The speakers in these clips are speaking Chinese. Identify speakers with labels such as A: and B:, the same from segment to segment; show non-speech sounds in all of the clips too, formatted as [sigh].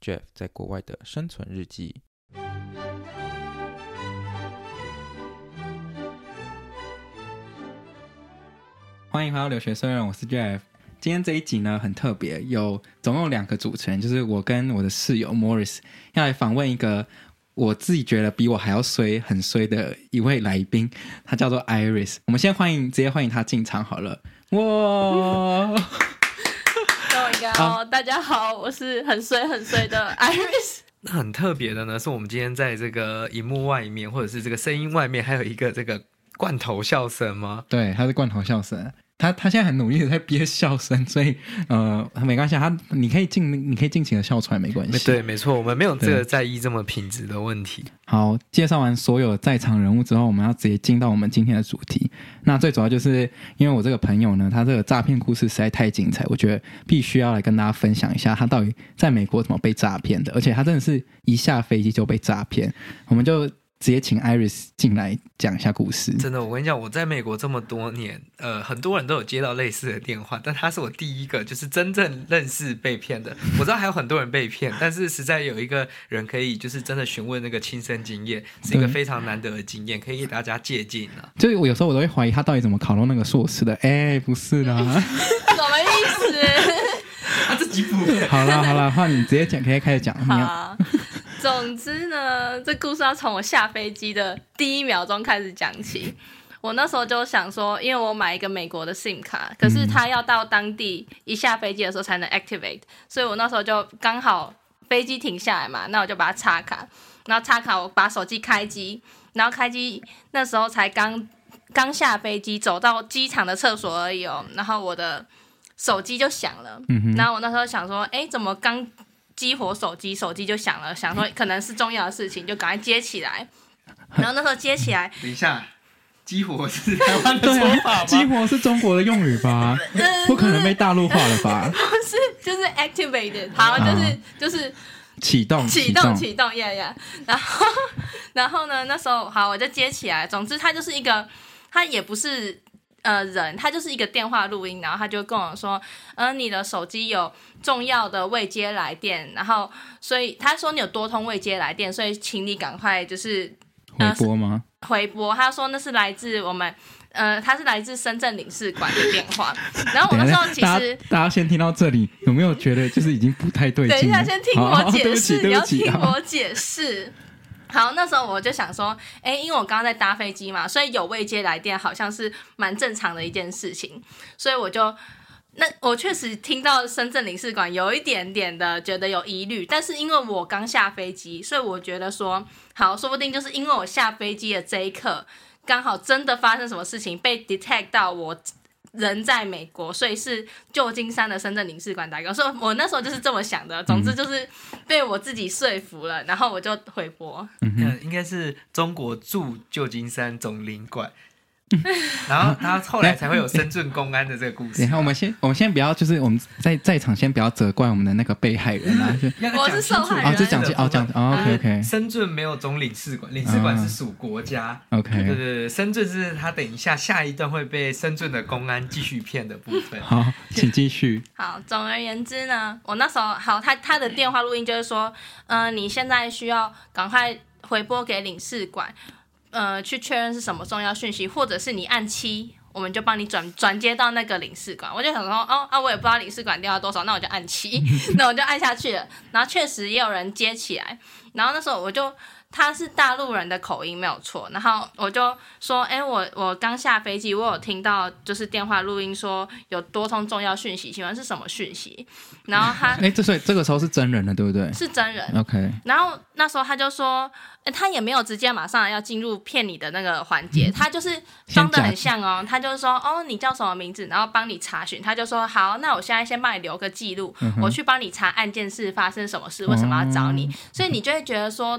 A: Jeff 在国外的生存日记。
B: 欢迎回到留学生，我是 Jeff。今天这一集呢很特别，有总共有两个主持人，就是我跟我的室友 Morris 要来访问一个我自己觉得比我还要衰、很衰的一位来宾，他叫做 Iris。我们先欢迎，直接欢迎他进场好了。哇，
C: Oh my god！、
B: 啊
C: 大家好，我是很衰很衰的 Iris。
D: 那很特别的呢，是我们今天在这个荧幕外面，或者是这个声音外面，还有一个这个罐头笑声吗？
B: 对，他是罐头笑声。他他现在很努力的在憋笑声，所以呃没关系，他你可以尽你可以尽情的笑出来，没关系。
D: 对，没错，我们没有这
B: 对
D: 个在意这么品质的问题。
B: 好，介绍完所有在场人物之后，我们要直接进到我们今天的主题。那最主要就是因为我这个朋友呢，他这个诈骗故事实在太精彩，我觉得必须要来跟大家分享一下他到底在美国怎么被诈骗的，而且他真的是一下飞机就被诈骗。我们就直接请 Iris 进来讲一下故事。
D: 真的，我跟你讲，我在美国这么多年，呃，很多人都有接到类似的电话，但他是我第一个就是真正认识被骗 [laughs] 的。我知道还有很多人被骗，但是实在有一个人可以就是真的询问那个亲身经验，是一个
B: 对
D: 非常难得的经验，可以给大家借鉴 [laughs] 啊。
B: 就是我有时候我都会怀疑他到底怎么考到那个硕士的。哎、不是啦，
C: 什么意思？
D: 啊，这几部
B: [laughs] 好啦好啦，换你直接讲，可以开始讲。你
C: 好
B: 要
C: 啊， [laughs] 总之呢，这故事要从我下飞机的第一秒钟开始讲起。我那时候就想说，因为我买一个美国的 SIM 卡，可
B: 嗯
C: 是它要到当地一下飞机的时候才能 activate，所以我那时候就刚好飞机停下来嘛，那我就把它插卡，然后插卡我把手机开机，然后开机那时候才刚刚下飞机，走到机场的厕所而已哦，然后我的手机就响了，
B: 嗯哼
C: 然后我那时候想说，哎，怎么刚激活手机，手机就响了，想说可能是重要的事情，就赶快接起 [laughs] 来。然后那时候接起来，
B: 等一下，
D: 激活是台湾的
B: 对
D: 说法
B: 啊，
D: 吗？
B: 激活是中国的用语吧？
C: [laughs]
B: 不可能被大陆化了吧？
C: 就是 activated，好，就是、就是
B: 启动，
C: 启
B: 动，
C: 动启动呀呀。然后 [laughs] 然后呢，那时候好，我就接起来。总之，它就是一个，它也不是呃人，它就是一个电话录音。然后他就跟我说，呃，你的手机有重要的未接来电，然后所以他说你有多通未接来电，所以请你赶快就是
B: 回拨吗？
C: 回拨，他说那是来自我们，呃，他是来自深圳领事馆的电话。然啊后我那时候
B: 等一
C: 其
B: 下大
C: 实
B: 家大家先听到这里，有没有觉得就是已经不太对劲了？
C: 等一下，先听
B: 好
C: 我解释，你
B: 对
C: 要
B: 不起，
C: 听
B: 对不起，好
C: 我解释。好，那时候我就想说，哎、因为我刚刚在搭飞机嘛，所以有未接来电好像是蛮正常的一件事情，所以我就。那我确实听到深圳领事馆有一点点的觉得有疑虑，但是因为我刚下飞机，所以我觉得说好，说不定就是因为我下飞机的这一刻，刚好真的发生什么事情被 detect 到我人在美国，所以是旧金山的深圳领事馆打给我，所以我那时候就是这么想的。总之就是被我自己说服了，然后我就回拨。
D: 嗯，应该是中国驻旧金山总领馆， [laughs] 然后他后来才会有深圳公安的这个故事
B: 等一。下，我们先，我们先不要，就是我们在在场先不要责怪我们的那个被害
C: [laughs]
B: 人啊，就
D: 要
C: 我是受害人嗯
B: 哦，就讲起哦，讲哦，OK
D: 就是
B: OK
D: 深圳没有总领事馆，领事馆是属国家。对对
B: 哦 OK，
D: 对，深圳是他等一下下一段会被深圳的公安继续骗的部分。
B: 好，请继续。
C: 好，总而言之呢，我那时候好，他他的电话录音就是说，嗯、你现在需要赶快回拨给领事馆，呃，去确认是什么重要讯息，或者是你按七，我们就帮你转转接到那个领事馆。我就想说，哦啊，我也不知道领事馆电话多少， [laughs] 那我就按七，那我就按下去了。然后确实也有人接起来，然后那时候我就他是大陆人的口音没有错，然后我就说，哎、我我刚下飞机，我有听到就是电话录音说有多通重要讯息，请问是什么讯息？然后
B: [laughs]
C: 他
B: 哎，这所以这个时候是真人了，对不对
C: 是真人，
B: ？OK，
C: 然后那时候他就说，诶他也没有直接马上要进入骗你的那个环
B: 嗯
C: 节，他就是装的很像哦，他就是说，哦，你叫什么名字，然后帮你查询，他就说，好，那我现在先帮你留个记录，
B: 嗯哼嗯
C: 我去帮你查案件是发生什么事，为什么要找你，所以你就会觉得说，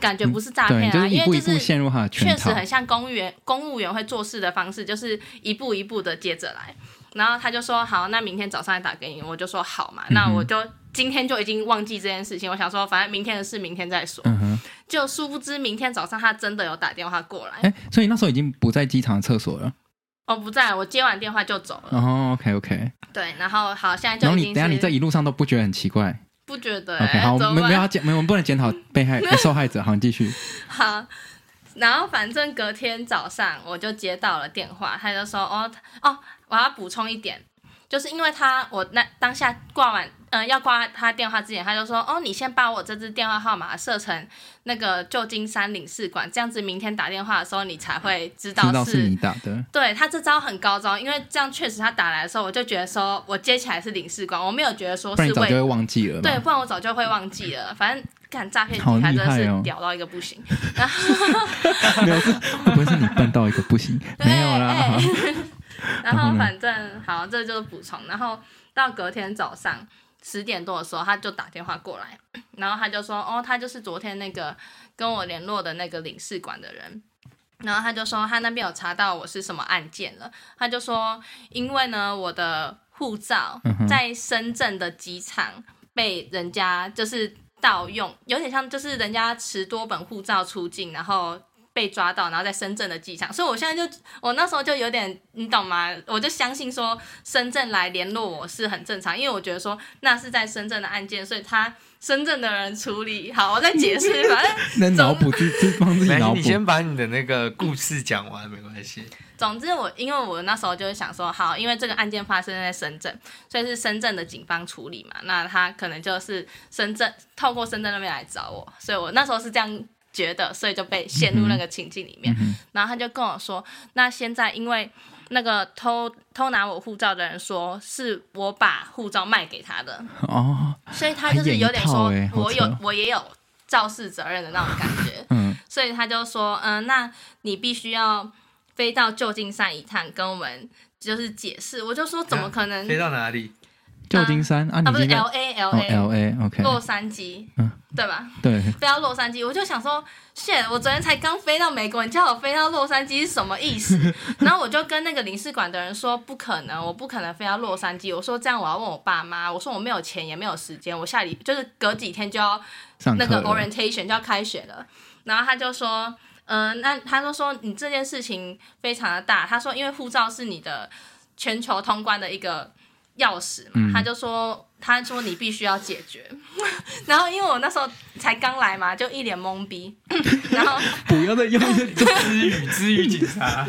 C: 感觉不是诈骗
B: 对，
C: 啊，
B: 就是一
C: 因
B: 步
C: 为
B: 一
C: 就
B: 步
C: 是
B: 陷入他的圈
C: 确
B: 套
C: 实。很像公务员公务员会做事的方式，就是一步一步的接着来。然后他就说好，那明天早上再打给你。我就说好
B: 嗯
C: 嘛，那我就今天就已经忘记这件事情。我想说，反正明天的事明天再说。
B: 嗯哼，
C: 就殊不知明天早上他真的有打电话过来，
B: 哎，所以那时候已经不在机场的厕所了。
C: 哦不在，我接完电话就走了。
B: 然后 OK OK，
C: 对，然后好，现在
B: 嗯然
C: 嗯就
B: 后
C: 已
B: 你
C: 经
B: 等一下你
C: 是
B: 这一路上都不觉得很奇怪
C: 不觉得、
B: ？OK，好，
C: 欸、怎
B: 没
C: 么
B: 没有
C: 办？
B: 要检，没有我们不能检讨被
C: [laughs]
B: 害受害者。好，你继续。
C: 好，然后反正隔天早上我就接到了电话，他就说哦哦，我要补充一点，就是因为他我那当下挂完嗯、呃、要挂他电话之前，他就说哦你先把我这支电话号码设成那个旧金山领事馆，这样子明天打电话的时候你才会知道
B: 知道是
C: 是
B: 你打的，
C: 对他这招很高招，因为这样确实他打来的时候，我就觉得说我接起来是领事馆，我没有觉得说
B: 不然
C: 是
B: 你早就
C: 为
B: 会忘记了嘛。
C: 对，不然我早就会忘记了。反正干诈骗集
B: 好
C: 团
B: 厉
C: 真的
B: 害
C: 是
B: 哦
C: 屌到一个不行。 [laughs]
B: 没有，是会不会是你笨到一个不
C: [laughs]
B: 行？
C: 对
B: [laughs] 没有啦嗯
C: 哎， [laughs] 然
B: 然后
C: 后
B: 呢
C: 反正好，这就是补充。然后到隔天早上十点多的时候，他就打电话过来，然后他就说：“哦，他就是昨天那个跟我联络的那个领事馆的人。”然后他就说他那边有查到我是什么案件了，他就说因为呢我的护照
B: 嗯哼
C: 在深圳的机场被人家就是盗用，有点像就是人家持多本护照出境，然后被抓到，然后在深圳的机场，所以我现在就我那时候就有点你懂吗？我就相信说深圳来联络我是很正常，因为我觉得说那是在深圳的案件，所以他深圳的人处理好，我再解释，反正
B: 那脑补自自帮自己
D: 没
B: 脑
D: 关系，
B: 补
D: 你。先把你的那个故事讲完，没关系。
C: 总之我，因为我那时候就是想说，好，因为这个案件发生在深圳，所以是深圳的警方处理嘛，那他可能就是深圳透过深圳那边来找我，所以我那时候是这样觉得，所以就被陷入那个情境里面。然后他就跟我说，那现在因为那个偷偷拿我护照的人说是我把护照卖给他的，
B: 哦，
C: 所以他就是有点说
B: 还演一套欸好扯
C: 我有我也有肇事责任的那种感觉。
B: [laughs] 嗯，
C: 所以他就说，嗯、那你必须要飞到旧金山一趟，跟我们就是解释。我就说，怎么可能
D: 飞？到哪里？
B: 旧金山啊，
C: 啊，
B: 嗯你
C: 不是
B: 这个
C: L A L
B: 哦
C: A
B: L A OK，
C: 洛杉矶，
B: 嗯
C: 对吧？
B: 对，
C: 飞到洛杉矶，我就想说，shit，我昨天才刚飞到美国，你叫我飞到洛杉矶是什么意
B: [laughs]
C: 思？然后我就跟那个领事馆的人说，不可能，我不可能飞到洛杉矶。我说这样我要问我爸妈，我说我没有钱也没有时间，我下礼就是隔几天就要
B: 上
C: 那个
B: 课了。
C: orientation 就要开学了，然后他就说，嗯、那他就说你这件事情非常的大，他说因为护照是你的全球通关的一个钥匙嘛，
B: 嗯
C: 他就说他说你必须要解决， [laughs] 然后因为我那时候才刚来嘛，就一脸懵逼， [coughs] 然后
B: 不要再 [laughs] 用这种，
D: 知语知语警察，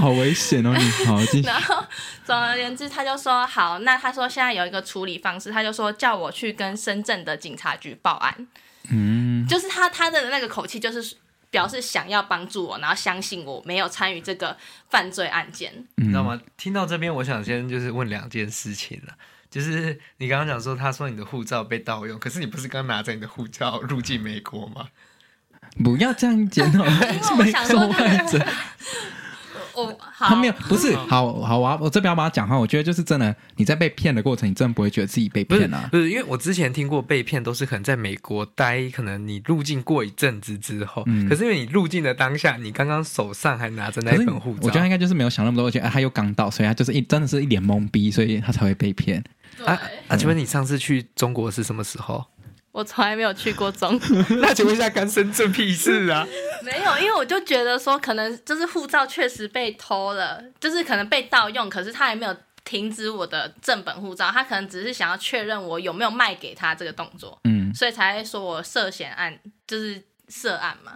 B: 好危险哦！你好，继续。
C: 然后总而言之，他就说好，那他说现在有一个处理方式，他就说叫我去跟深圳的警察局报案。
B: 嗯，
C: 就是他他的那个口气，就是表示想要帮助我，然后相信我没有参与这个犯罪案
B: [laughs]
C: 件。
B: 你
D: 你知道？吗？听到这边，我想先就是问两件事情了。就是你刚刚讲说，他说你的护照被盗用，可是你不是刚拿着你的护照入境美国吗？
B: 不要这样
C: [laughs]
B: 检讨
C: 我
B: 被
C: 想说
B: 受害者。
C: [laughs] 我我好，
B: 他没有，不是，好好，我要我这边要把它讲好。我觉得就是真的，你在被骗的过程，你真的不会觉得自己被
D: 不是
B: 骗啊。
D: 不是，因为我之前听过被骗都是可能在美国待，可能你入境过一阵子之后，
B: 嗯
D: 可是因为你入境的当下，你刚刚手上还拿着那
B: 可是
D: 一本护
B: 我觉得他
D: 照
B: 应，该就是没有想那么多，我觉得、啊、他又刚到，所以他就是一真的是一脸懵逼，所以他才会被骗。
C: 对、
D: 啊啊！请问你上次去中国是什么时
B: [laughs]
D: 候？
C: 我从来没有去过中国，
D: 那请问一下，干深圳屁事啊？
C: 没有，因为我就觉得说，可能就是护照确实被偷了，就是可能被盗用，可是他也没有停止我的正本护照，他可能只是想要确认我有没有卖给他这个动作，
B: 嗯，
C: 所以才会说我涉嫌案，就是涉案嘛。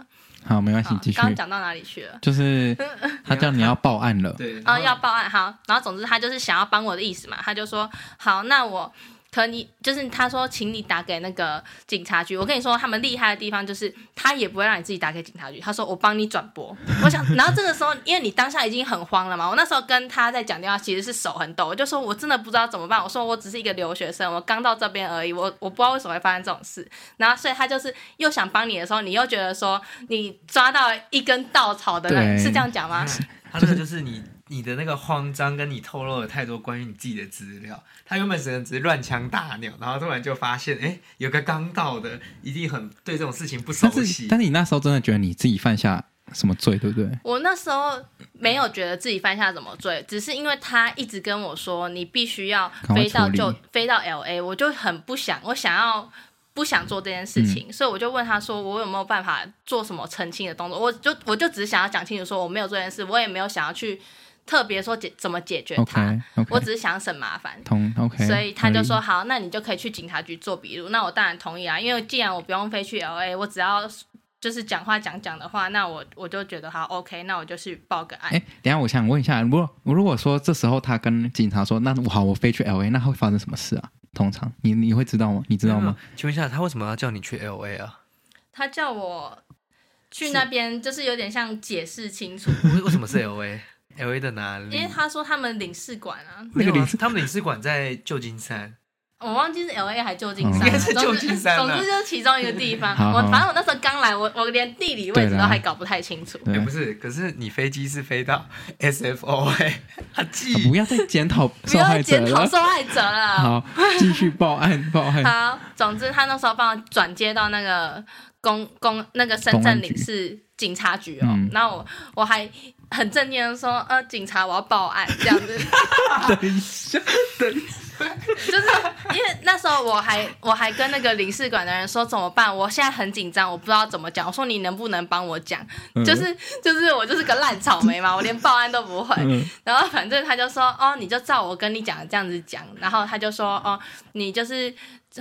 B: 好，没关系
C: 好，，
B: 继续
C: 刚。刚讲到哪里去了？ [laughs]
B: 就是他叫你要报案了，
C: 哦
D: 对
C: 然后要报案，好，然后总之他就是想要帮我的意思嘛，他就说好，那我可你就是他说，请你打给那个警察局。我跟你说，他们厉害的地方就是他也不会让你自己打给警察局，他说我帮你转播。我想，然后这个时候，因为你当下已经很慌了嘛，我那时候跟他在讲电话，其实是手很抖，我就说我真的不知道怎么办。我说我只是一个留学生，我刚到这边而已，我我不知道为什么会发生这种事。然后所以他就是又想帮你的时候，你又觉得说你抓到一根稻草的那，
B: 对
C: 是这样讲吗？
D: 他嗯这个就是你 [laughs] 你的那个慌张，跟你透露了太多关于你自己的资料。他原本只能只是乱枪打鸟，然后突然就发现，哎、有个刚到的，一定很对这种事情不熟
B: 但是
D: 悉。
B: 但是你那时候真的觉得你自己犯下什么罪，对不对？
C: 我那时候没有觉得自己犯下什么罪，只是因为他一直跟我说你必须要
B: 赶快
C: 飞到
B: 处理
C: 就飞到 L A，我就很不想，我想要不想做这件事
B: 嗯
C: 情，所以我就问他说我有没有办法做什么澄清的动作？我就我就只是想要讲清楚说我没有做这件事，我也没有想要去特别说解怎么解决它
B: OK
C: 我
B: OK，
C: 只是想省麻烦。
B: 同 OK，
C: 所以他就
B: 合
C: 说
B: 理
C: 好，那你就可以去警察局做笔录。那我当然同意啊，因为既然我不用飞去
B: 嗯
C: L A，我只要就是讲话讲讲的话，那我我就觉得好 OK，那我就去报个案。
B: 哎，等一下我想问一下，如果如果说这时候他跟警察说，那我好，我飞去 L A，那会发生什么事啊？通常你你会知道吗？你知道吗？？
D: 嗯请问一下，他为什么要叫你去 L A 啊？
C: 他叫我去那边，就是有点像解释清
B: [laughs]
C: 楚，
D: 为为什么是 L A？L A 的哪里？
C: 因为他说他们领事馆啊，
D: 没有
B: 那
D: 啊
B: 个领事
D: 他们领事馆在旧金山。
C: 我忘记是 L A 还旧金山
B: 嗯
C: 了，
B: [laughs] 应
D: 该是
C: 总之
D: 旧金山啊
C: 总之就是其中一个地方。啊
B: 好好
C: 我反正我那时候刚来，我我连地理位置
B: 对
C: 都
B: 啦
C: 还搞不太清楚。
D: 也、
B: 对，
D: 不是，可是你飞机是飞
B: [laughs]
D: 到 S F O 哎、他
B: 啊
D: 记
B: 不要再检
C: [laughs]
B: 讨
C: 不
B: [laughs] 受
C: 要再
B: 害者
C: 检讨
B: 了。
C: 受害者了。
B: [laughs] 好，继续报案报
C: [laughs]
B: 案。
C: 好，总之他那时候帮我转接到那个公公那个深
B: 公安
C: 圳
B: 局
C: 领事警察局哦
B: 嗯，
C: 然后我我还很正经的说，呃，警察我要报案这样子，
B: [laughs] 等一下，
C: 就是因为那时候我还我还跟那个领事馆的人说怎么办，我现在很紧张，我不知道怎么讲，我说你能不能帮我讲，
B: 嗯
C: 就是就是我就是个烂草莓嘛，我连报案都不会，
B: 嗯
C: 然后反正他就说，哦，你就照我跟你讲的这样子讲。然后他就说，哦，你就是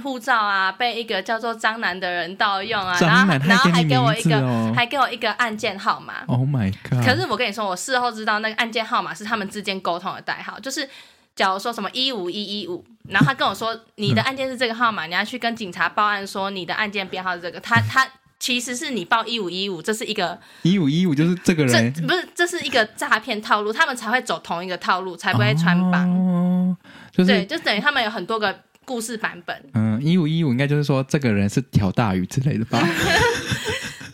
C: 护照啊，被一个叫做张楠的人盗用啊，
B: 张
C: 然后
B: 楠还
C: 然后
B: 给你
C: 还给我一个、
B: 名字哦
C: 还给我一个案件号码。
B: ，Oh my god！
C: 可是我跟你说，我事后知道那个案件号码是他们之间沟通的代号，就是。假如说什么一五一一五，然后他跟我
B: [laughs]
C: 说你的案件是这个号码，你要去跟警察报案说你的案件编号是这个，他他其实是你报一五一五，这是一个
B: 一五一五就是这个
C: 这
B: 人
C: 不是这是一个诈骗套路，他们才会走同一个套路，才不会穿帮。
B: 哦，就
C: 对，
B: 是
C: 就等于他们有很多个故事版本。
B: 嗯，一五一五应该就是说这个人是条大鱼之类
C: [laughs]
B: 的吧？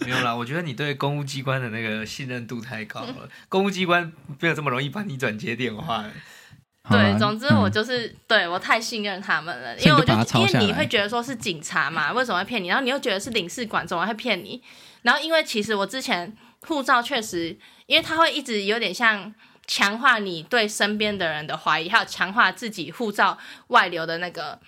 D: 没有啦，我觉得你对公务机关的那个信任度太高了，公务机关没有这么容易帮你转接电话的。
B: 好啊嗯
C: 对，总之我就是、对我太信任他们了，
B: 所以
C: 因为我
B: 你就把它抄
C: 因
B: 下来
C: 为你会觉得说是警察嘛，为什么会骗你？然后你又觉得是领事馆，怎么会骗你？然后因为其实我之前护照确实，因为他会一直有点像。强化你对身边的人的怀疑，还有强化自己护照外流的那个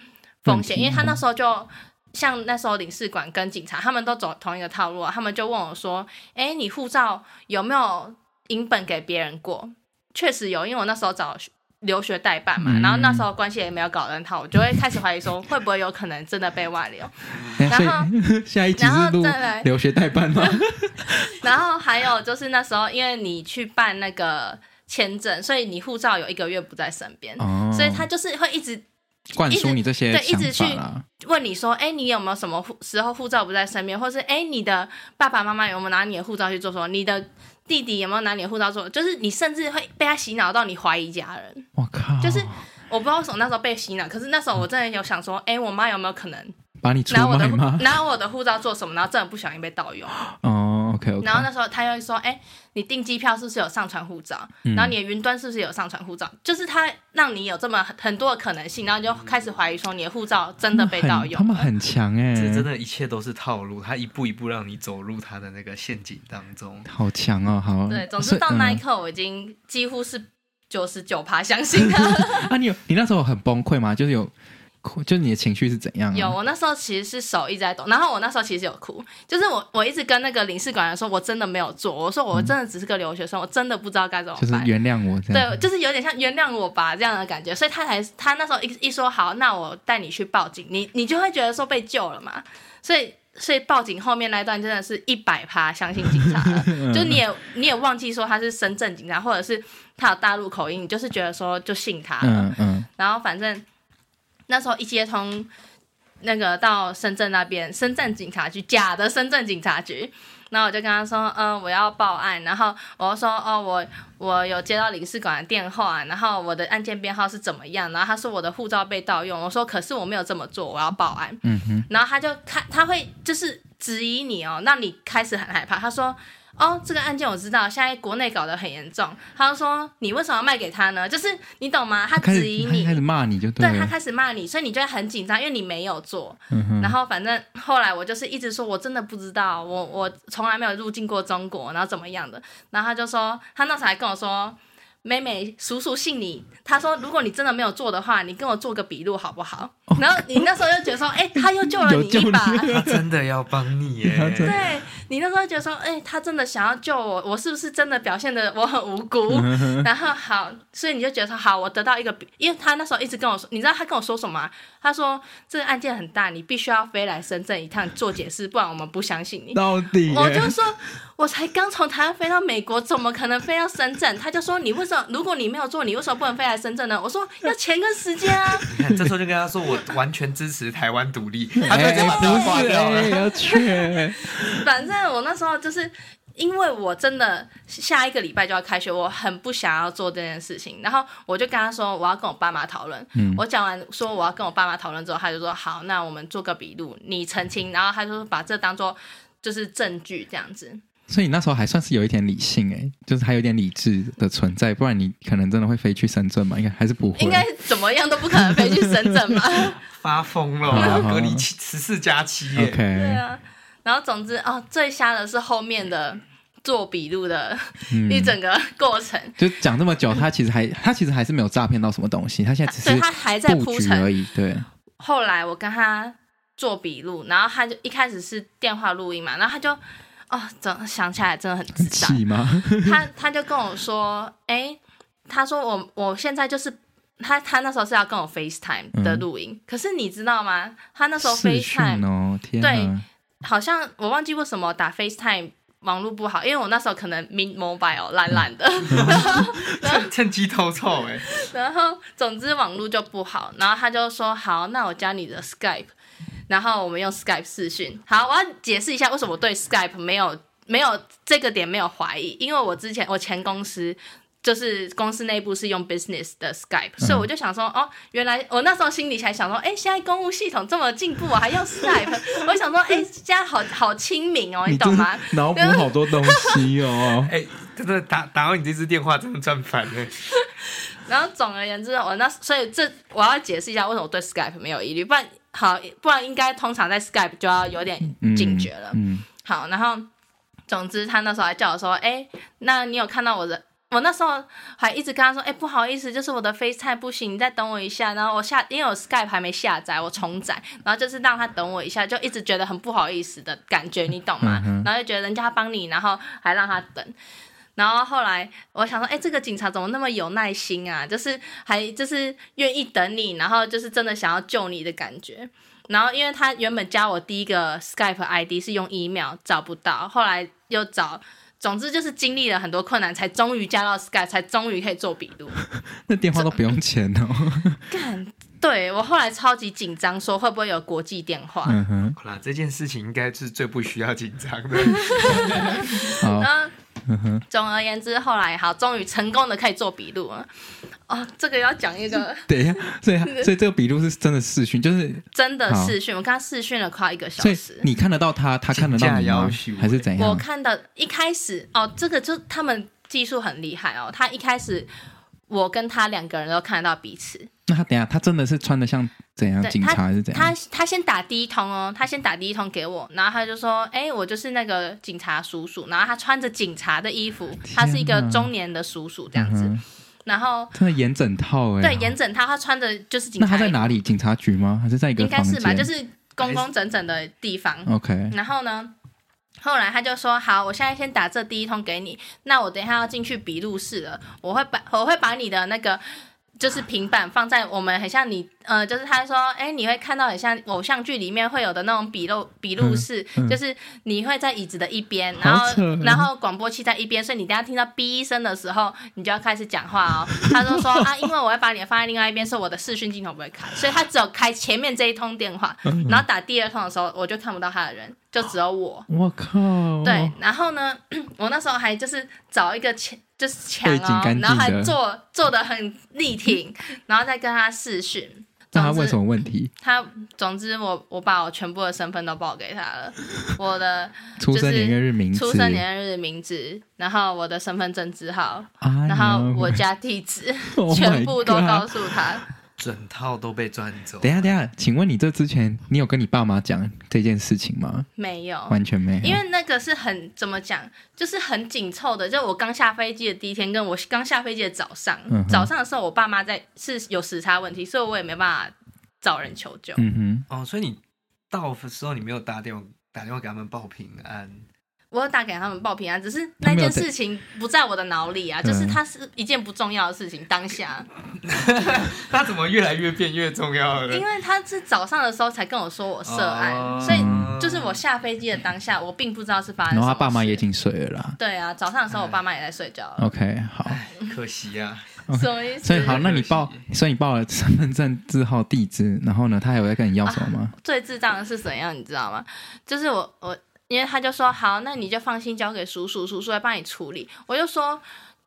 C: 风险，
B: 问题
C: 因为他那时候就像那时候领事馆跟警察，他们都走同一个套路、啊，他们就问我说：“哎、你护照有没有影本给别人过？”确实有，因为我那时候找留学代办嘛，
B: 嗯
C: 然后那时候关系也没有搞得很好，我就会开始怀疑说，会不会有可能真的被外流？ [laughs]
B: 等一下
C: 然后
B: 哎所以 [laughs] 下一集
C: 然
B: 是
C: 后
B: 录
C: 再来
B: 留学代
C: [laughs]
B: 办吗？
C: 然后还有就是那时候，因为你去办那个签证，所以你护照有一个月不在身边，
B: 哦，
C: 所以他就是会一直
B: 灌输你这
C: 一
B: 些
C: 直对一直
B: 想法啦。
C: 问你说，哎、你有没有什么护时候护照不在身边，或是哎、你的爸爸妈妈有没有拿你的护照去做什么？你的弟弟有没有拿你的护照做？就是你甚至会被他洗脑到你怀疑家人。
B: 我靠，
C: 就是我不知道为什么那时候被洗脑，可是那时候我真的有想说，哎、我妈有没有可能
B: 把你出
C: 拿我的
B: 卖吗？
C: 拿我的护照做什么？然后真的不小心被盗用。
B: [laughs] 哦，OK OK，
C: 然后那时候他又说，哎、你订机票是不是有上传护照？
B: 嗯
C: 然后你的云端是不是有上传护照？就是他让你有这么很很多的可能性，然后你就开始怀疑说你的护照真的被盗用
B: 他。们嗯很强哎，
D: 这真的一切都是套路，他一步一步让你走入他的那个陷阱当中。
B: 好强哦，好。
C: 对，总
B: 所
C: 之
B: 以
C: 到那一
B: 嗯
C: 刻，我已经几乎是九十九趴相信
B: [laughs]
C: 他。
B: 啊，你有你那时候很崩溃吗？就是有，就是你的情绪是怎样啊？
C: 有，我那时候其实是手一直在抖，然后我那时候其实有哭，就是我我一直跟那个领事馆人说，我真的没有做，我说我真的只是个留学生，我真的不知道该怎么
B: 就是
C: 办。
B: 原谅我这样。
C: 对，就是有点像原谅我吧这样的感觉，所以他才他那时候一一说好，那我带你去报警，你你就会觉得说被救了嘛，所以所以报警后面那一段真的是一百趴相信警察了，就你也你也忘记说他是深圳警察，或者是他有大陆口音，你就是觉得说就信他了，
B: 嗯嗯，
C: 然后反正。那时候一接通，那个到深圳那边，深圳警察局，假的深圳警察局。然后我就跟他说，嗯，我要报案。然后我就说，哦，我我有接到领事馆的电话，然后我的案件编号是怎么样？然后他说我的护照被盗用。我说，可是我没有这么做，我要报案。
B: 嗯哼，
C: 然后他就看，他会就是质疑你哦，让你开始很害怕。他说。哦，这个案件我知道，现在国内搞得很严重。他就说：“你为什么要卖给他呢？”就是你懂吗？他
B: 开
C: 质疑
B: 始他
C: 你，
B: 开始骂你就
C: 对他
B: 了。
C: 开始骂你，所以你就会很紧张，因为你没有做。
B: 嗯哼，
C: 然后反正后来我就是一直说，我真的不知道，我我从来没有入境过中国，然后怎么样的。然后他就说，他那时候还跟我说，妹妹叔叔信你，他说如果你真的没有做的话，你跟我做个笔录好不好？然后你那时候就觉得说，哎、他又救了
B: 有
C: 你
B: 救
C: 一
B: 你
C: 把。
D: 他真的要帮你耶、
B: 他真
C: 对你那时候觉得说，哎、他真的想要救我，我是不是真的表现的我很无 [laughs] 辜？然后好，所以你就觉得说，好，我得到一个比，因为他那时候一直跟我说，你知道他跟我说什么吗、他说这个案件很大，你必须要飞来深圳一趟做解释，不然我们不相信你。
B: [laughs] 到底耶
C: 我就说，我才刚从台湾飞到美国，怎么可能飞到深圳？他就说，你为什么？如果你没有做，你为什么不能飞来深圳呢？我说，要钱跟时间啊。
D: 你看这时候就跟他说，我完全支持台湾独立，他就直接
B: 哎
D: 把电话
B: 不
D: 挂
B: 是
D: 掉
B: 哎
D: 了。
C: [laughs]
B: 要去
C: 反正我那时候就是因为我真的下一个礼拜就要开学，我很不想要做这件事情，然后我就跟他说我要跟我爸妈讨论。
B: 嗯
C: 我讲完说我要跟我爸妈讨论之后，他就说好，那我们做个笔录，你澄清，然后他就说把这当做就是证据这样子。
B: 所以你那时候还算是有一点理性哎、就是还有一点理智的存在，不然你可能真的会飞去深圳嘛？应该还是不会。
C: 应该怎么样都不可能飞去深圳
B: [laughs]
C: 吧？
D: 发疯
B: 好
D: 了，
B: 好
D: 隔离七十四加七
C: 对
D: 耶。
B: OK，
C: 啊。然后总之哦，最瞎的是后面的做笔录的 [laughs] 一
B: 嗯，
C: 整个过程，
B: 就讲这么久，他其实还他其实还是没有诈骗到什么东西，他现在只
C: 所以
B: 是
C: 他还在
B: 布
C: 铺
B: 局
C: 陈
B: 而已。对，
C: 后来我跟他做笔录，然后他就一开始是电话录音嘛，然后他就哦，怎想起来真的很智障。
B: 气吗？
C: 他他就跟我说，哎、他说我我现在就是他他那时候是要跟我 FaceTime 的录音，可是你知道吗？他那时候
B: 嗯视讯
C: FaceTime、
B: 哦，天
C: 对
B: 哪！
C: 好像我忘记为什么打 FaceTime 网络不好，因为我那时候可能 Min Mobile
B: [laughs]
C: 烂烂的。
D: 趁趁机偷臭哎、。
C: [laughs] 然后总之网络就不好，然后他就说好，那我加你的 Skype，然后我们用 Skype 视讯。好，我要解释一下为什么我对 Skype 没有没有这个点没有怀疑，因为我之前我前公司。就是公司内部是用 business 的 Skype，、所以我就想说，哦，原来我那时候心里还想说，哎、现在公务系统这么进步，我还用 Skype，我想说，哎、现在好好亲民哦，你懂 [laughs] 吗？
B: 真脑补好多东西哦 [laughs]
D: 哎、真的打打到你这支电话真的赚翻了、
C: 然后总而言之，我那所以这我要解释一下为什么我对 Skype 没有疑虑，不然好，不然应该通常在 Skype 就要有点
B: 嗯
C: 警觉了。
B: 嗯，
C: 好，然后总之他那时候还叫我说，哎，那你有看到我的？我那时候还一直跟他说，哎，不好意思，就是我的 FaceTime 不行，你再等我一下。然后我下，因为我 Skype 还没下载，我重载，然后就是让他等我一下，就一直觉得很不好意思的感觉，你懂吗？
B: 嗯哼
C: 然后就觉得人家帮你，然后还让他等。然后后来我想说，哎，这个警察怎么那么有耐心啊？就是还就是愿意等你，然后就是真的想要救你的感觉。然后因为他原本加我第一个 Skype ID 是用 email 找不到，后来又找，总之就是经历了很多困难，才终于加到 Skype，才终于可以做笔
B: [laughs]
C: 录。
B: 那电话都不用钱
C: [laughs]
B: 哦。
C: 干，对我后来超级紧张，说会不会有国际电话？
B: 嗯哼，
D: 好啦，这件事情应该是最不需要紧张
B: [laughs]
D: 的。
B: 好， [laughs]
C: 然后，总而言之，后来好，终于成功的可以做笔录了。哦，这个要讲一
B: [laughs]
C: 个
B: 等一下，所以他所以这个笔录是真的视讯，就是
C: 真的
B: 好
C: 视讯，我跟他视讯了快一个小
B: 所以
C: 时。
B: 你哎看得到他，他看得到
D: 请
B: 你
D: 假要
B: 吗
D: 求？
B: 还是怎
C: 我
B: 样？
C: 看到一开始哦，这个就他们技术很厉害哦。他一开始，我跟他两个人都看得到彼此。
B: 那他等一下，他真的是穿的像怎样
C: 对
B: 警察还是怎
C: 他
B: 样？
C: 他先打第一通哦，他先打第一通给我，然后他就说：“哎、我就是那个警察叔叔。”然后他穿着警察的衣服，他是一个
B: 天哪
C: 中年的叔叔这样子。
B: 嗯哼
C: 然后
B: 真的严整套哎。
C: 对严整他，他穿的就是警
B: 那
C: 察。
B: 他在？哪里？警察局吗？还是在一个
C: 应该
B: 房间？
C: 是吧，就是工工整整的地方。
B: OK。
C: 然后呢，后来他就说：“好，我现在先打这第一通给你，那我等一下要进去笔录室了，我会把我会把你的那个。”就是平板放在我们很像你呃，就是他说，哎、你会看到很像偶像剧里面会有的那种笔录笔录式，
B: 嗯嗯
C: 就是你会在椅子的一边，
B: 好
C: 然后
B: 扯啊
C: 然后广播器在一边，所以你等一下听到 B 一声的时候，你就要开始讲话哦。他就说
B: [laughs]
C: 啊，因为我会把你放在另外一边，所以我的视讯镜头不会开，所以他只有开前面这一通电话，然后打第二通的时候，我就看不到他的人，就只有我。
B: 我靠，
C: 对，然后呢，我那时候还就是找一个墙，就是墙
B: 背景
C: 哦
B: 干，净
C: 然后还
B: 的
C: 做做的很力挺，然后再跟他视讯。
B: 那他
C: 总之
B: 问什么问题？
C: 他总之我我把我全部的身份都报给他了，我的
B: 出生年月日名字，
C: 出生年月日名字，然后我的身份证字号，
B: 啊，
C: 然后
B: [laughs]
C: 我家地址，
B: 我
C: 全部都告
B: 高。
C: 诉他。
D: 整套都被赚走。
B: 等一下，等一下，请问你这之前你有跟你爸妈讲这件事情吗？
C: 没有，
B: 完全没有，
C: 因为那个是很怎么讲，就是很紧凑的。就我刚下飞机的第一天，跟我刚下飞机的早上，
B: 嗯哼
C: 早上的时候我爸妈在是有时差问题，所以我也没办法找人求救。
B: 嗯哼，
D: 哦，所以你到的时候你没有打电话打电话给他们报平安，
C: 我有打给他们报平安，只是
B: 他
C: 那
B: 没有
C: 件
B: 在嗯
C: 事情不在我的脑里啊，
B: 对
C: 就是它是一件不重要的事情，当下，
D: 他怎么越来越变越重要了
C: 因？为他是早上的时候才跟我说我涉案，
D: 哦
C: 所以就是我下飞机的当下，我并不知道是发生什
B: 然
C: 么
B: 后
C: 事。
B: 他爸妈也挺睡了啦。
C: 对啊，早上的时候我爸妈也在睡觉了，
B: OK，好，
C: 嗯
D: 可惜啊，
C: 什么意思？
B: 哦所以好，那你
D: 可惜
B: 报，所以你报了身份证字号、地址，然后呢，他还有在跟你要什么吗？
C: 最智障的是怎样，你知道吗？就是我我，因为他就说好，那你就放心交给叔叔，叔叔来帮你处理。我就说，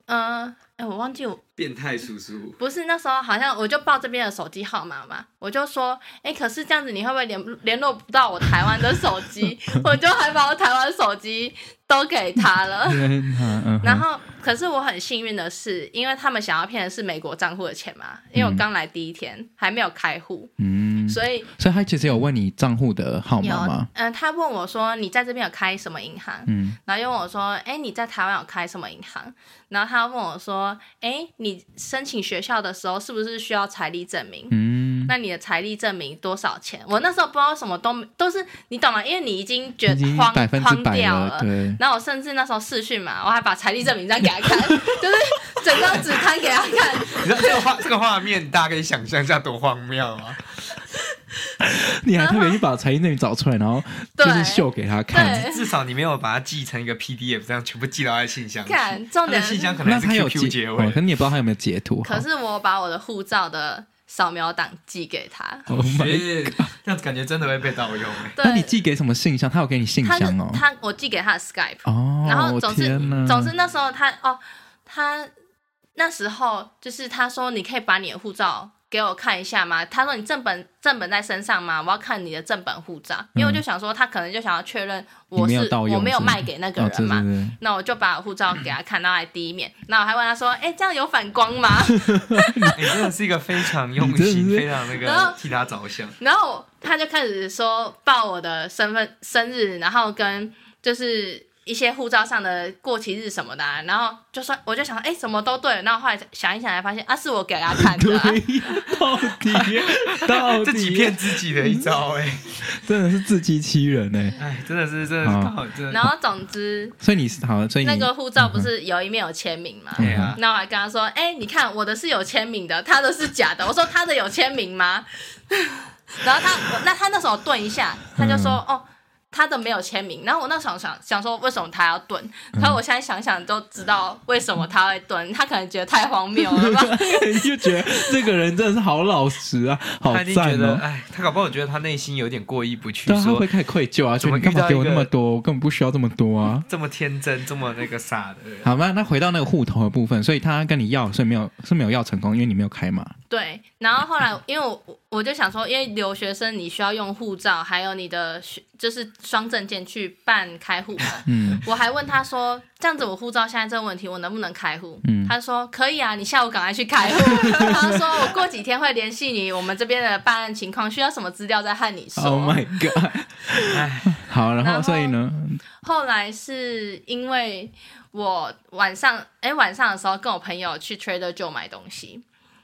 C: 嗯、呃，哎我忘记我
D: 变态叔叔。
C: 不是那时候好像我就报这边的手机号码嘛，我就说，哎、可是这样子你会不会联联络不到我台湾的手机？ [laughs] 我就还把我台湾手机都给他了。
B: 天啊嗯哼
C: 然后，可是我很幸运的是，因为他们想要骗的是美国账户的钱嘛，因为我刚来第一天还没有开户，
B: 嗯，
C: 所以
B: 所以他其实有问你账户的号
C: 有，
B: 码吗？
C: 嗯、他问我说你在这边有开什么银行？
B: 嗯，
C: 然后又问我说，哎，你在台湾有开什么银行？然后他问我说，哎，你申请学校的时候是不是需要财力证明？
B: 嗯，
C: 那你的财力证明多少钱？我那时候不知道什么都没都是你懂吗？因为你已经觉
B: 已
C: 得
B: 经
C: 慌
B: 百分之
C: 慌
B: 百
C: 掉
B: 了，
C: [laughs]
B: 对，
C: 然后我甚至那时候试训嘛，我还把财力证明单给他
B: [laughs]
C: 看，就是整张纸摊给他看，
D: 你知道这个画这个画面，大家可以想象一下多荒谬啊！
B: 你还特别去把财经证明找出来，然后就是
C: 对
B: 秀给他看。 [laughs]
C: 对，
D: 至少你没有把它寄成一个 PDF，这样全部寄到他的信箱去。
C: 看重
D: 他的
C: 点是
D: 信箱可能
B: 那
D: 还
B: 他有
D: 是
B: 截
D: QQ 结
B: 哦
D: 尾
B: 可。是你也不知道他有没有截图。
C: 可是我把我的护照的扫描档寄给他。
D: [laughs]
B: 好，Oh my-
D: 是这样子感觉真的会被盗用 [laughs] 哎。
C: 对，
B: 那你寄给什么信箱？他有给你信
C: 他
B: 箱哦。
C: 他我寄给他的 Skype，、
B: 哦，
C: 然后总之
B: 天哪
C: 总之那时候他哦，他那时候就是他说你可以把你的护照给我看一下吗？他说你正本正本在身上吗？我要看你的正本护照，因为我就想说他可能就想要确认我
B: 嗯你没
C: 是
B: 有盗用
C: 我没有
B: 之类的
C: 卖给那个
B: 哦
C: 人嘛。
B: 对对对
C: 那我就把护照给他看到来第一面，那我还问他说：“哎、这样有反光吗？”
D: 你真的是一个非常用
B: 你真
D: 心、
B: 的是
D: 非常那
C: 然后
D: 个替他着想。
C: 然后他就开始说报我的身份、生日，然后跟就是一些护照上的过期日什么的、啊，然后就说我就想，哎，什么都对了。然后后来想一想，才发现啊，是我给他
D: [laughs]
C: 看的、
B: [laughs]
C: 啊。
B: 到底到底
D: 自己骗自己的一招哎、
B: 嗯真的是自欺欺人呢。
D: 哎，真的是，真的是
B: 好
D: 刚好，真的
C: 然后总之，
B: 所以你是好，所以你
C: 那个护照不是有一面有签名吗？
D: 对
B: 嗯
D: 啊，
C: 那我还跟他说，哎，你看我的是有签名的，他的是假的。我说他的有签名吗？ [laughs] 然后他，那他那时候顿一下，他就说，哦。他的没有签名，然后我那时候想想说，为什么他要顿？然后我现在想想都知道为什么他会顿，他可能觉得太荒谬了吧？
B: 就觉得这个人真的是好老实
D: [laughs]
B: 啊，好
D: 他一定觉
B: 赞
D: 得，
B: 哦。
D: 哎，他搞不好觉得他内心有点过意不去，
B: 对啊，他
D: 说
B: 会开始愧疚啊，
D: 怎
B: 就
D: 么
B: 你干
D: 遇
B: 嘛
D: 到
B: 给
D: 一
B: 我那
D: 个
B: 么多？我根本不需要这么多啊。
D: [laughs] 这么天真，这么那个傻的人。
B: 好吧，那回到那个户头的部分，所以他跟你要，所以没有是没有要成功，因为你没有开嘛。
C: 对。然后后来，因为我我我就想说，因为留学生你需要用护照，还有你的学就是双证件去办开户嘛。
B: [laughs] 嗯，
C: 我还问他说：“这样子我护照现在这个问题，我能不能开户？”
B: 嗯
C: 他说：“可以啊，你下午赶快去开户。”
B: [laughs]
C: [laughs] 他说：“我过几天会联系你，我们这边的办案情况需要什么资料再和你
D: 哦
C: 说。
B: Oh my god！好，然
C: 然后
B: 后所以呢，
C: 后来是因为我晚上哎、晚上的时候跟我朋友去 Trader Joe 买东西，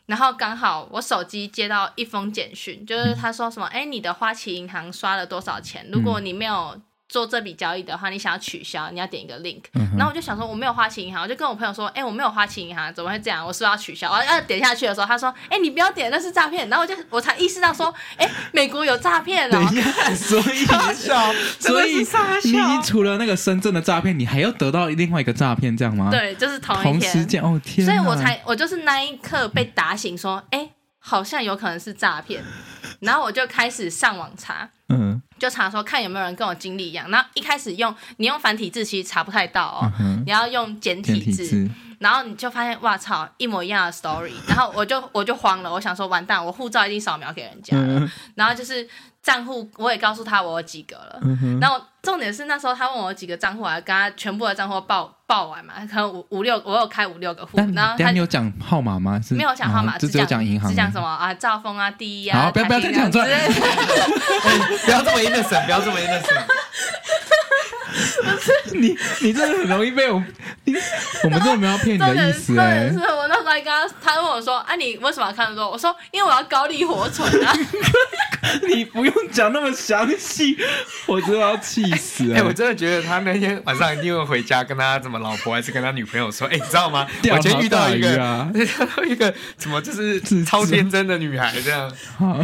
C: 然后刚好我手机接到一封简讯，就是他说什么哎、诶你的花旗银行刷了多少钱？如果你没有做这笔交易的话，你想要取消，你要点一个 link。
B: 嗯哼
C: 然后我就想说我没有花旗银行，我就跟我朋友说，哎、我没有花旗银行，怎么会这样？我是不是要取消？然后要点下去的时候，他说，哎、你不要点，那是诈骗。然后我就我才意识到说，哎、美国有诈骗哦。
B: 等一下，所
D: [laughs]
B: 以所以你你除了那个深圳的诈骗，你还要得到另外一个诈骗，这样吗？，
C: 对，就是同一天。
B: 同时间哦，天
C: 所
B: 哪，
C: 以我才我就是那一刻被打醒，说，哎、好像有可能是诈
B: [laughs]
C: 骗，然后我就开始上网查，
B: 嗯
C: 就查说看有没有人跟我经历一样。然后一开始用你用繁体字其实查不太到哦
B: 嗯，哼，
C: 你要用简
B: 简
C: 体
B: 体
C: 字，
B: 字，
C: 然后你就发现哇操，一模一样的
B: [laughs]
C: story，然后我就我就慌了，我想说完蛋，我护照一定扫描给人家了，
B: 嗯
C: 然后就是账户我也告诉他我有几个了，
B: 嗯哼，
C: 然后重点是那时候他问我有几个账户，我还跟他全部的账户报报完嘛，可能五五六，我有开五六个户，
B: 但
C: 然后
B: 等一下
C: 他
B: 你有讲号码吗？是
C: 没有讲号码，
B: 哦就只有讲银行，
C: 只讲什么啊，兆丰啊，第一啊，
B: 好不要不要再讲出来
C: 台积电啊之类的
D: 不要这么 innocent，不要这么 innocent。
B: 你你真的很容易被我，你我们真的没有要骗你
C: 重
B: 的
C: 点
B: 意
C: 是重
B: 思哎、
C: 点是我那时候还跟他，他问我说啊，你为什么要看多？我说因为我要高利活存啊， [laughs]
B: 你不用讲那么详细，我真的要气死
D: 哎、
B: 了。
D: 我真的觉得他那天晚上一定会回家跟他怎么老婆还是跟他女朋友说，哎、你知道吗？
B: 钓
D: 我今天遇到一
B: 好大
D: [laughs]
B: 鱼
D: 个，
B: 啊
D: 遇到一个怎么就是超天真的女孩这样。
B: 好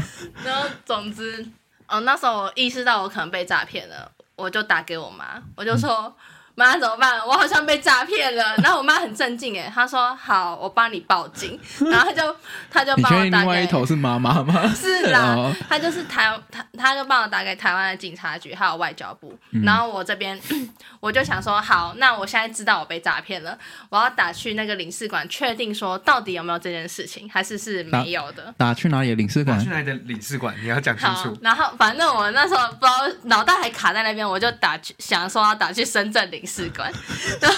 C: 然后总之，哦，那时候我意识到我可能被诈骗了，我就打给我妈，我就
B: 嗯
C: 说。妈怎么办？我好像被诈骗了。然后我妈很震惊哎，她说：“好，我帮你报警。”然后她就她就
B: 你
C: 帮
B: 确
C: 我
B: 定
C: 打
B: 另外一
C: 给
B: 头是妈妈吗？
C: 是啦
B: 哦，
C: 她就是台她她就帮我打给台湾的警察局还有外交部。然后我这边 [clears throat] 我就想说，好，那我现在知道我被诈骗了，我要打去那个领事馆确定说到底有没有这件事情，还是是没有的。
B: 打去哪里的领事
D: 他
B: 馆
D: 去？哪里的领事馆？你要讲清
C: 好
D: 楚，。
C: 然后反正我那时候不知道，脑袋还卡在那边，我就打去想说要打去深圳领事馆， [laughs] 然后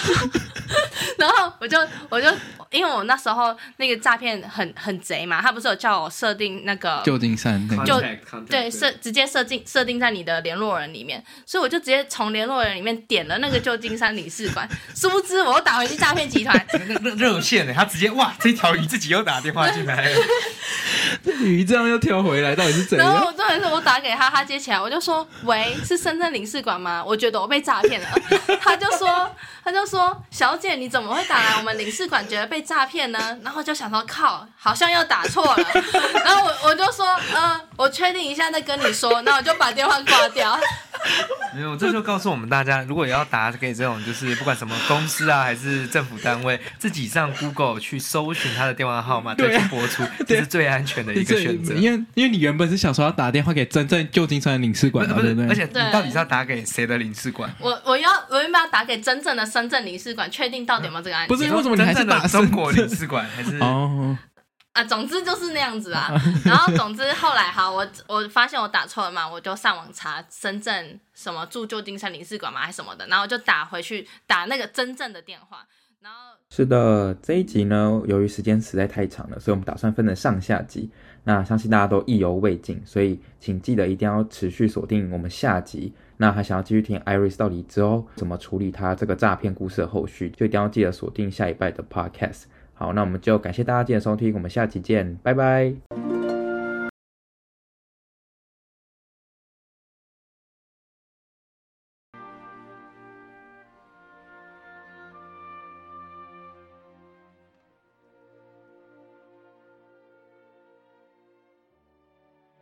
C: 然后我就我就因为我那时候那个诈骗很很贼嘛，他不是有叫我设定那个
B: 旧金山那个
C: 就
D: Contact, contact,
C: 对设直接设定设定在你的联络人里面，所以我就直接从联络人里面点了那个旧金山领事馆，殊不知我又打回去诈骗集团，
D: 那那热线欸呢、他直接哇，这条鱼自己又打电话进来
B: [laughs]
D: 了，
B: 鱼这样又跳回来，到底是怎
C: 然后
B: 样？
C: 我重点是我打给他，他接起来，我就说：“喂，是深圳领事馆吗？我觉得我被诈骗了。” [laughs] 他就说：“他就说，小姐，你怎么会打来我们领事馆，觉得被诈骗呢？”然后我就想说，靠，好像又打错了。 [laughs] 然后我我就说：“呃，我确定一下再跟你说。”那我就把电话挂掉。
D: 没有，这就告诉我们大家，如果要打给这种就是不管什么公司啊，还是政府单位，自己上 Google 去搜寻他的电话号码，再
B: 对啊
D: 去拨出，这是最安全的一个选择。
B: 因为因为你原本是想说要打电话给真正旧金山的领事
D: 不
B: 馆
D: 是
B: 嘛，
D: 不
B: 对
D: 是
B: 不，
D: 而
B: 对？
D: 且你到底是要打给谁的领事馆？
C: 我我要我原本要打给真正的深圳领事馆，确定到底有没有这个案
B: 不
C: 件。
B: 是为什么你还是
D: 真正
B: 打
D: 的
B: 深
D: 中国领事馆还是？
B: 哦，
C: 啊，总之就是那样子
B: [laughs]
C: 啊。然后总之后来好，我我发现我打错了嘛，我就上网查深圳什么驻旧金山领事馆嘛，还是什么的，然后就打回去打那个真正的电话，然后。
E: 是的，这一集呢，由于时间实在太长了，所以我们打算分成上下集。那相信大家都意犹未尽，所以请记得一定要持续锁定我们下集。那还想要继续听 Iris 到底之后怎么处理她这个诈骗故事的后续，就一定要记得锁定下一拜的 Podcast。好，那我们就感谢大家今天的收听，我们下期见，拜拜。